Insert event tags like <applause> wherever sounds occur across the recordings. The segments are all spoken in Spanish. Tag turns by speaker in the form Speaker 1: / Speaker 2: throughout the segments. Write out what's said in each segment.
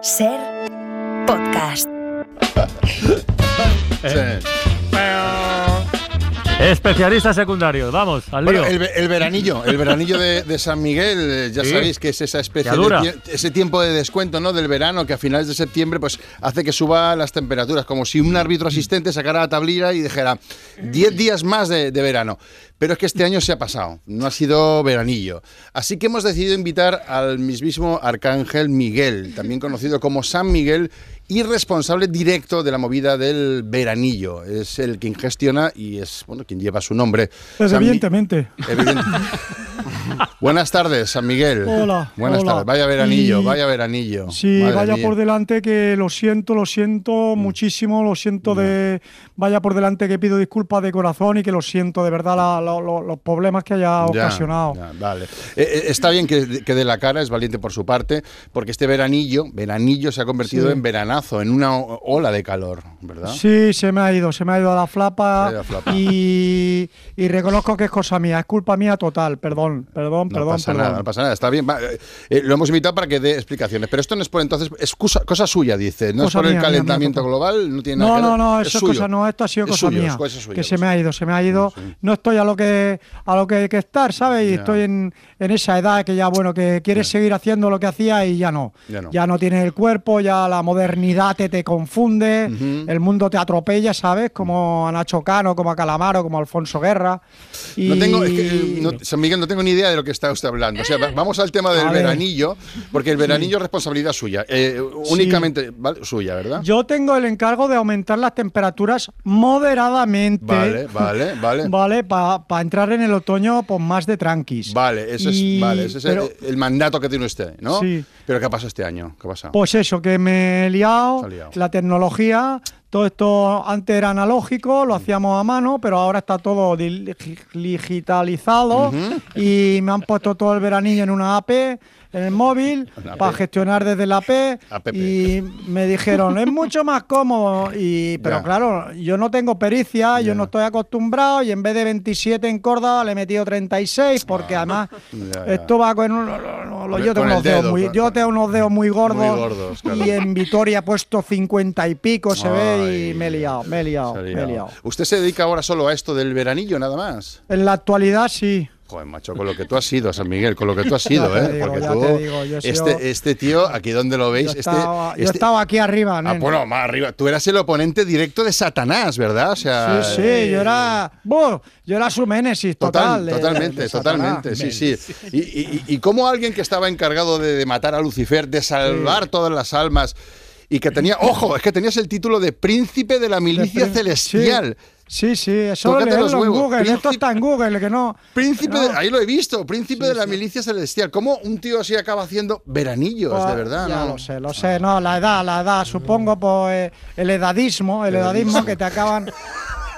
Speaker 1: Ser podcast.
Speaker 2: Especialistas secundarios, vamos, al lío.
Speaker 3: Bueno, el, ve- el veranillo, el veranillo de, de San Miguel, eh, ya
Speaker 2: Sí.
Speaker 3: sabéis que es esa especie
Speaker 2: Ya dura.
Speaker 3: de tie- ese tiempo de descuento, ¿no? Del verano que a finales de septiembre pues hace que suba las temperaturas, como si un árbitro asistente sacara la tablilla y dijera 10 días más de, de verano. Pero es que este año se ha pasado, no ha sido veranillo. Así que hemos decidido invitar al mismísimo Arcángel Miguel, también conocido como San Miguel y responsable directo de la movida del veranillo. Es el quien gestiona y es bueno quien lleva su nombre.
Speaker 4: Pues
Speaker 3: San Mi-
Speaker 4: evidentemente.
Speaker 3: Evidente. Buenas tardes, San Miguel.
Speaker 4: Hola,
Speaker 3: Buenas
Speaker 4: hola.
Speaker 3: tardes. Vaya veranillo,
Speaker 4: Y-
Speaker 3: vaya veranillo.
Speaker 4: Sí,
Speaker 3: Madre
Speaker 4: vaya
Speaker 3: mía. Mm.
Speaker 4: por delante que lo siento, lo siento muchísimo, lo siento de... Vaya por delante que pido disculpas de corazón y que lo siento de verdad la- lo- lo- los problemas que haya
Speaker 3: Ya,
Speaker 4: ocasionado.
Speaker 3: ya, vale. Eh, eh, está bien que, que de la cara es valiente por su parte, porque este veranillo, veranillo se ha convertido
Speaker 4: Sí.
Speaker 3: en veranazo, en una o- ola de calor, ¿verdad?
Speaker 4: Sí, se me ha ido, se me ha ido a la flapa,
Speaker 3: Se ha ido a flapa.
Speaker 4: Y, y reconozco que es cosa mía, es culpa mía total, perdón, perdón,
Speaker 3: No
Speaker 4: perdón,
Speaker 3: pasa
Speaker 4: perdón.
Speaker 3: nada, no pasa nada, está bien. va, eh, eh, lo hemos invitado para que dé explicaciones, pero esto no es por entonces, es cosa, cosa suya, dice. No
Speaker 4: Cosa
Speaker 3: es por
Speaker 4: mía,
Speaker 3: el
Speaker 4: mía, mía,
Speaker 3: calentamiento
Speaker 4: total.
Speaker 3: global, no tiene nada
Speaker 4: No,
Speaker 3: que
Speaker 4: no,
Speaker 3: ver,
Speaker 4: no, eso es
Speaker 3: suyo.
Speaker 4: cosa no, esto ha sido
Speaker 3: Es
Speaker 4: cosa
Speaker 3: suyo, es
Speaker 4: mía.
Speaker 3: cosa suya,
Speaker 4: que se
Speaker 3: cosa
Speaker 4: me ha ido, se me ha ido. No estoy a lo que a lo que hay que estar, ¿sabes? Y
Speaker 3: Ya.
Speaker 4: estoy en, en esa edad que ya, bueno, que quieres seguir haciendo lo que hacía y ya no.
Speaker 3: Ya no.
Speaker 4: tienes el cuerpo, ya la modernidad te, te confunde, el mundo te atropella, ¿sabes? Como a Nacho Cano, como a Calamaro, como a Alfonso Guerra. Y...
Speaker 3: No tengo, es que, eh, no- San Miguel, no tengo ni idea de lo que está usted hablando. O sea, va- vamos al tema del
Speaker 4: A ver.
Speaker 3: veranillo, porque el veranillo es responsabilidad suya, eh, únicamente ¿vale? suya, ¿verdad?
Speaker 4: Yo tengo el encargo de aumentar las temperaturas moderadamente.
Speaker 3: Vale,
Speaker 4: <laughs>
Speaker 3: vale, vale.
Speaker 4: Vale, para entrar en el otoño, pues más de tranquis.
Speaker 3: Vale, ese es,
Speaker 4: Y-
Speaker 3: vale, ese es el-
Speaker 4: pero,
Speaker 3: el, mandato que tiene usted, ¿no?
Speaker 4: Sí.
Speaker 3: Pero ¿qué ha pasado este año? ¿Qué ha pasado?
Speaker 4: Pues eso, que me he liado,
Speaker 3: Se ha liado.
Speaker 4: la tecnología, todo esto antes era analógico,
Speaker 3: Mm.
Speaker 4: lo hacíamos a mano, pero ahora está todo dil- digitalizado y me han puesto todo el veranillo en una app, en el móvil,
Speaker 3: <laughs> Una app.
Speaker 4: para gestionar desde la app
Speaker 3: App.
Speaker 4: y me dijeron, es mucho más cómodo, y, pero
Speaker 3: Ya.
Speaker 4: claro, yo no tengo pericia, yo no estoy acostumbrado y en vez de 27 en Córdoba le he metido 36 porque además
Speaker 3: Ah. Ya, ya.
Speaker 4: esto va con un... lo- lo- lo-
Speaker 3: Con
Speaker 4: yo tengo
Speaker 3: el
Speaker 4: unos dedos
Speaker 3: dedo,
Speaker 4: muy-
Speaker 3: con-
Speaker 4: yo tengo unos dedos muy gordos
Speaker 3: Muy gordos, claro.
Speaker 4: y en Vitoria ha puesto 50 y pico, se ve,
Speaker 3: Ay,
Speaker 4: y me he liado, me he liado,
Speaker 3: Se ha
Speaker 4: me he liado.
Speaker 3: ¿Usted se dedica ahora solo a esto del veranillo, nada más?
Speaker 4: En la actualidad sí.
Speaker 3: Joder, macho, con lo que tú has sido, San Miguel, con lo que tú has sido,
Speaker 4: <laughs> Ya te
Speaker 3: ¿eh?
Speaker 4: digo,
Speaker 3: Porque
Speaker 4: ya
Speaker 3: tú,
Speaker 4: te digo, yo he sido-
Speaker 3: este, este tío, aquí donde lo veis,
Speaker 4: Yo,
Speaker 3: este,
Speaker 4: estaba, yo
Speaker 3: este-
Speaker 4: estaba aquí arriba,
Speaker 3: Ah,
Speaker 4: nene.
Speaker 3: bueno, más arriba. Tú eras el oponente directo de Satanás, ¿verdad? O sea, eh,
Speaker 4: Sí, sí, yo era. buh, yo era su Ménesis,
Speaker 3: Total,
Speaker 4: total. de-
Speaker 3: totalmente,
Speaker 4: de Satanás.
Speaker 3: totalmente, sí, sí. Y, y, y- y cómo alguien que estaba encargado de, de matar a Lucifer, de salvar todas las almas, y que tenía, ojo, es que tenías el título de príncipe de la milicia
Speaker 4: Sí,
Speaker 3: celestial.
Speaker 4: Sí, sí, eso
Speaker 3: Tócate los
Speaker 4: leerlo en
Speaker 3: huevos,
Speaker 4: Google. Esto
Speaker 3: príncipe-
Speaker 4: está en Google, que no.
Speaker 3: Príncipe,
Speaker 4: No.
Speaker 3: de- ahí lo he visto, príncipe de la milicia celestial. ¿Cómo un tío así acaba haciendo veranillos, Pues de verdad?
Speaker 4: Ah, Ya
Speaker 3: ¿no?
Speaker 4: lo sé, lo sé. No, la edad, la edad. Supongo, pues, eh, el edadismo, el edadismo que te acaban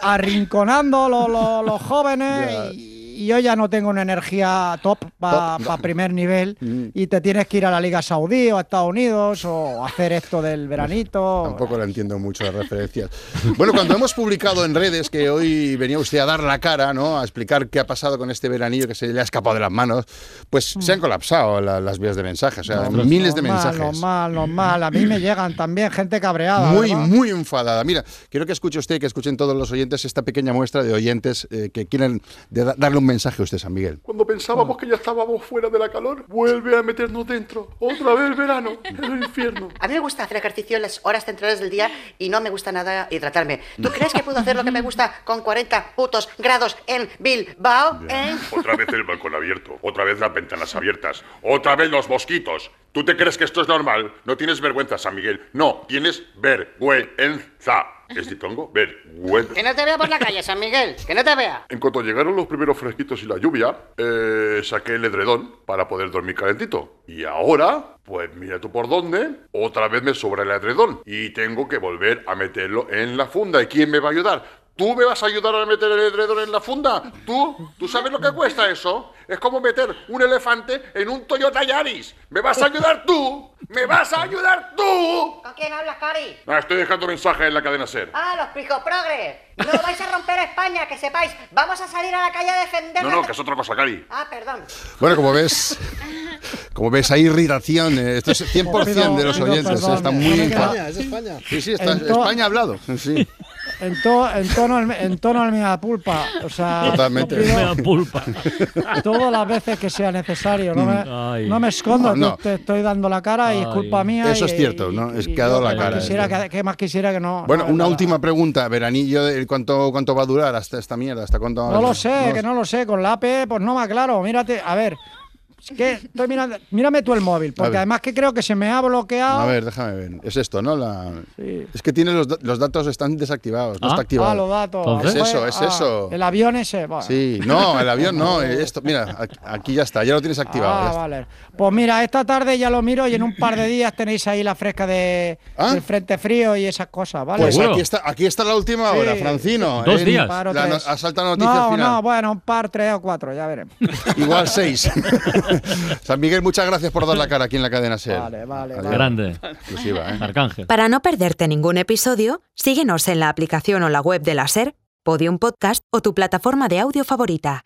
Speaker 4: arrinconando lo- lo-
Speaker 3: <laughs>
Speaker 4: los jóvenes. Y y yo ya no tengo una energía top para
Speaker 3: Top, Mm.
Speaker 4: primer nivel. Y te tienes que ir a la Liga Saudí o a Estados Unidos o hacer esto del veranito.
Speaker 3: Pues Tampoco la entiendo mucho las referencias. Bueno, cuando hemos publicado en redes que hoy venía usted a dar la cara, ¿no? A explicar qué ha pasado con este veranillo que se le ha escapado de las manos, pues se han colapsado la- las vías de mensajes, o sea, miles de
Speaker 4: Normal,
Speaker 3: mensajes.
Speaker 4: Normal, normal. A mí me llegan también gente cabreada.
Speaker 3: Muy,
Speaker 4: además.
Speaker 3: muy enfadada. Mira, quiero que escuche usted, que escuchen todos los oyentes esta pequeña muestra de oyentes eh, que quieren de- darle un mensaje a usted, San Miguel.
Speaker 5: Cuando pensábamos que ya estábamos fuera de la calor, vuelve a meternos dentro. Otra vez verano, el infierno.
Speaker 6: A mí me gusta hacer ejercicio en las horas centrales del día y no me gusta nada hidratarme. ¿Tú crees que puedo hacer lo que me gusta con 40 putos grados en Bilbao? ¿eh?
Speaker 7: Otra vez el balcón abierto, otra vez las ventanas abiertas, otra vez los mosquitos. ¿Tú te crees que esto es normal? No tienes vergüenza, San Miguel. No, tienes vergüenza. ¿Es ditongo? Vergüenza.
Speaker 6: Que no te vea por la calle, San Miguel. Que no te vea.
Speaker 7: En cuanto llegaron los primeros fresquitos y la lluvia, eh, saqué el edredón para poder dormir calentito. Y ahora, pues mira tú por dónde, otra vez me sobra el edredón y tengo que volver a meterlo en la funda. ¿Y quién me va a ayudar? ¿Tú me vas a ayudar a meter el edredón en la funda? ¿Tú? ¿Tú sabes lo que cuesta eso? Es como meter un elefante en un Toyota Yaris. ¿Me vas a ayudar tú? ¿Me vas a ayudar tú?
Speaker 6: ¿Con quién hablas, Cari?
Speaker 7: Ah, estoy dejando mensajes en la cadena SER.
Speaker 6: Ah, los picoprogres. No vais a romper España, que sepáis. Vamos a salir a la calle a defender.
Speaker 7: No,
Speaker 6: la-
Speaker 7: no, que es otra cosa, Cari.
Speaker 6: Ah, perdón.
Speaker 3: Bueno, como ves, <laughs> Como ves, hay irritación. eh, Esto es 100% de los
Speaker 4: Pido
Speaker 3: oyentes.
Speaker 4: perdón,
Speaker 3: Está
Speaker 4: eh.
Speaker 3: muy.
Speaker 8: España, es España.
Speaker 3: Sí, sí, está,
Speaker 4: En to-
Speaker 3: España ha hablado. Sí.
Speaker 4: En, to- en tono al- en tono al media pulpa. O sea,
Speaker 3: Totalmente.
Speaker 4: lo pido
Speaker 2: Me da
Speaker 3: <laughs>
Speaker 2: pulpa.
Speaker 4: todas las veces que sea necesario. No me,
Speaker 2: Ay.
Speaker 4: no me escondo,
Speaker 3: No, no.
Speaker 4: te te estoy dando la cara y es
Speaker 2: Ay.
Speaker 4: culpa mía.
Speaker 3: Eso
Speaker 4: y-
Speaker 3: es cierto,
Speaker 4: y-
Speaker 3: ¿no? Es
Speaker 4: y-
Speaker 3: que ha dado
Speaker 4: yo
Speaker 3: la
Speaker 4: que
Speaker 3: cara,
Speaker 4: Quisiera
Speaker 3: es
Speaker 4: que, que más quisiera que no.
Speaker 3: Bueno,
Speaker 4: no,
Speaker 3: una
Speaker 4: nada.
Speaker 3: última pregunta, Veranillo. de- eh, ¿Cuánto, cuánto va a durar hasta esta mierda? ¿Hasta cuánto
Speaker 4: No lo sé, que no lo sé. Con la AP, pues no me aclaro. Mírate, a ver. Es que estoy mirando. Mírame tú el móvil, porque
Speaker 3: ver.
Speaker 4: además que creo que se me ha bloqueado.
Speaker 3: A ver, déjame ver. Es esto, ¿no? La- Es que tiene los, da- los datos están desactivados, no
Speaker 2: Ah.
Speaker 3: está activado.
Speaker 4: Ah, los datos.
Speaker 2: Entonces-
Speaker 3: Es eso, es
Speaker 4: Ah,
Speaker 3: eso.
Speaker 4: El avión ese. bueno.
Speaker 3: Sí, no, el avión no. eh, Esto, mira, aquí- aquí ya está, ya lo tienes activado. ya
Speaker 4: Ah,
Speaker 3: está.
Speaker 4: vale. Pues mira, esta tarde ya lo miro y en un par
Speaker 3: <clears throat>
Speaker 4: de días tenéis ahí la fresca de,
Speaker 3: Ah.
Speaker 4: del frente frío y esas cosas, ¿vale?
Speaker 3: Pues
Speaker 2: Seguro.
Speaker 3: aquí está, aquí está la última
Speaker 4: Sí.
Speaker 3: hora, Francino.
Speaker 2: Dos
Speaker 3: en-
Speaker 2: días.
Speaker 4: par o
Speaker 3: La no-
Speaker 4: tres.
Speaker 3: asalta noticia
Speaker 4: no,
Speaker 3: final.
Speaker 4: No, bueno, un par, tres o cuatro, ya veremos.
Speaker 3: Igual
Speaker 4: <laughs>
Speaker 3: seis. <laughs> San Miguel, muchas gracias por dar la cara aquí en la cadena SER.
Speaker 4: Vale, vale,
Speaker 3: Adiós.
Speaker 4: vale.
Speaker 2: Grande.
Speaker 3: Exclusiva, ¿eh?
Speaker 2: Arcángel.
Speaker 1: Para no perderte ningún episodio, síguenos en la aplicación o la web de la SER, Podium Podcast o tu plataforma de audio favorita.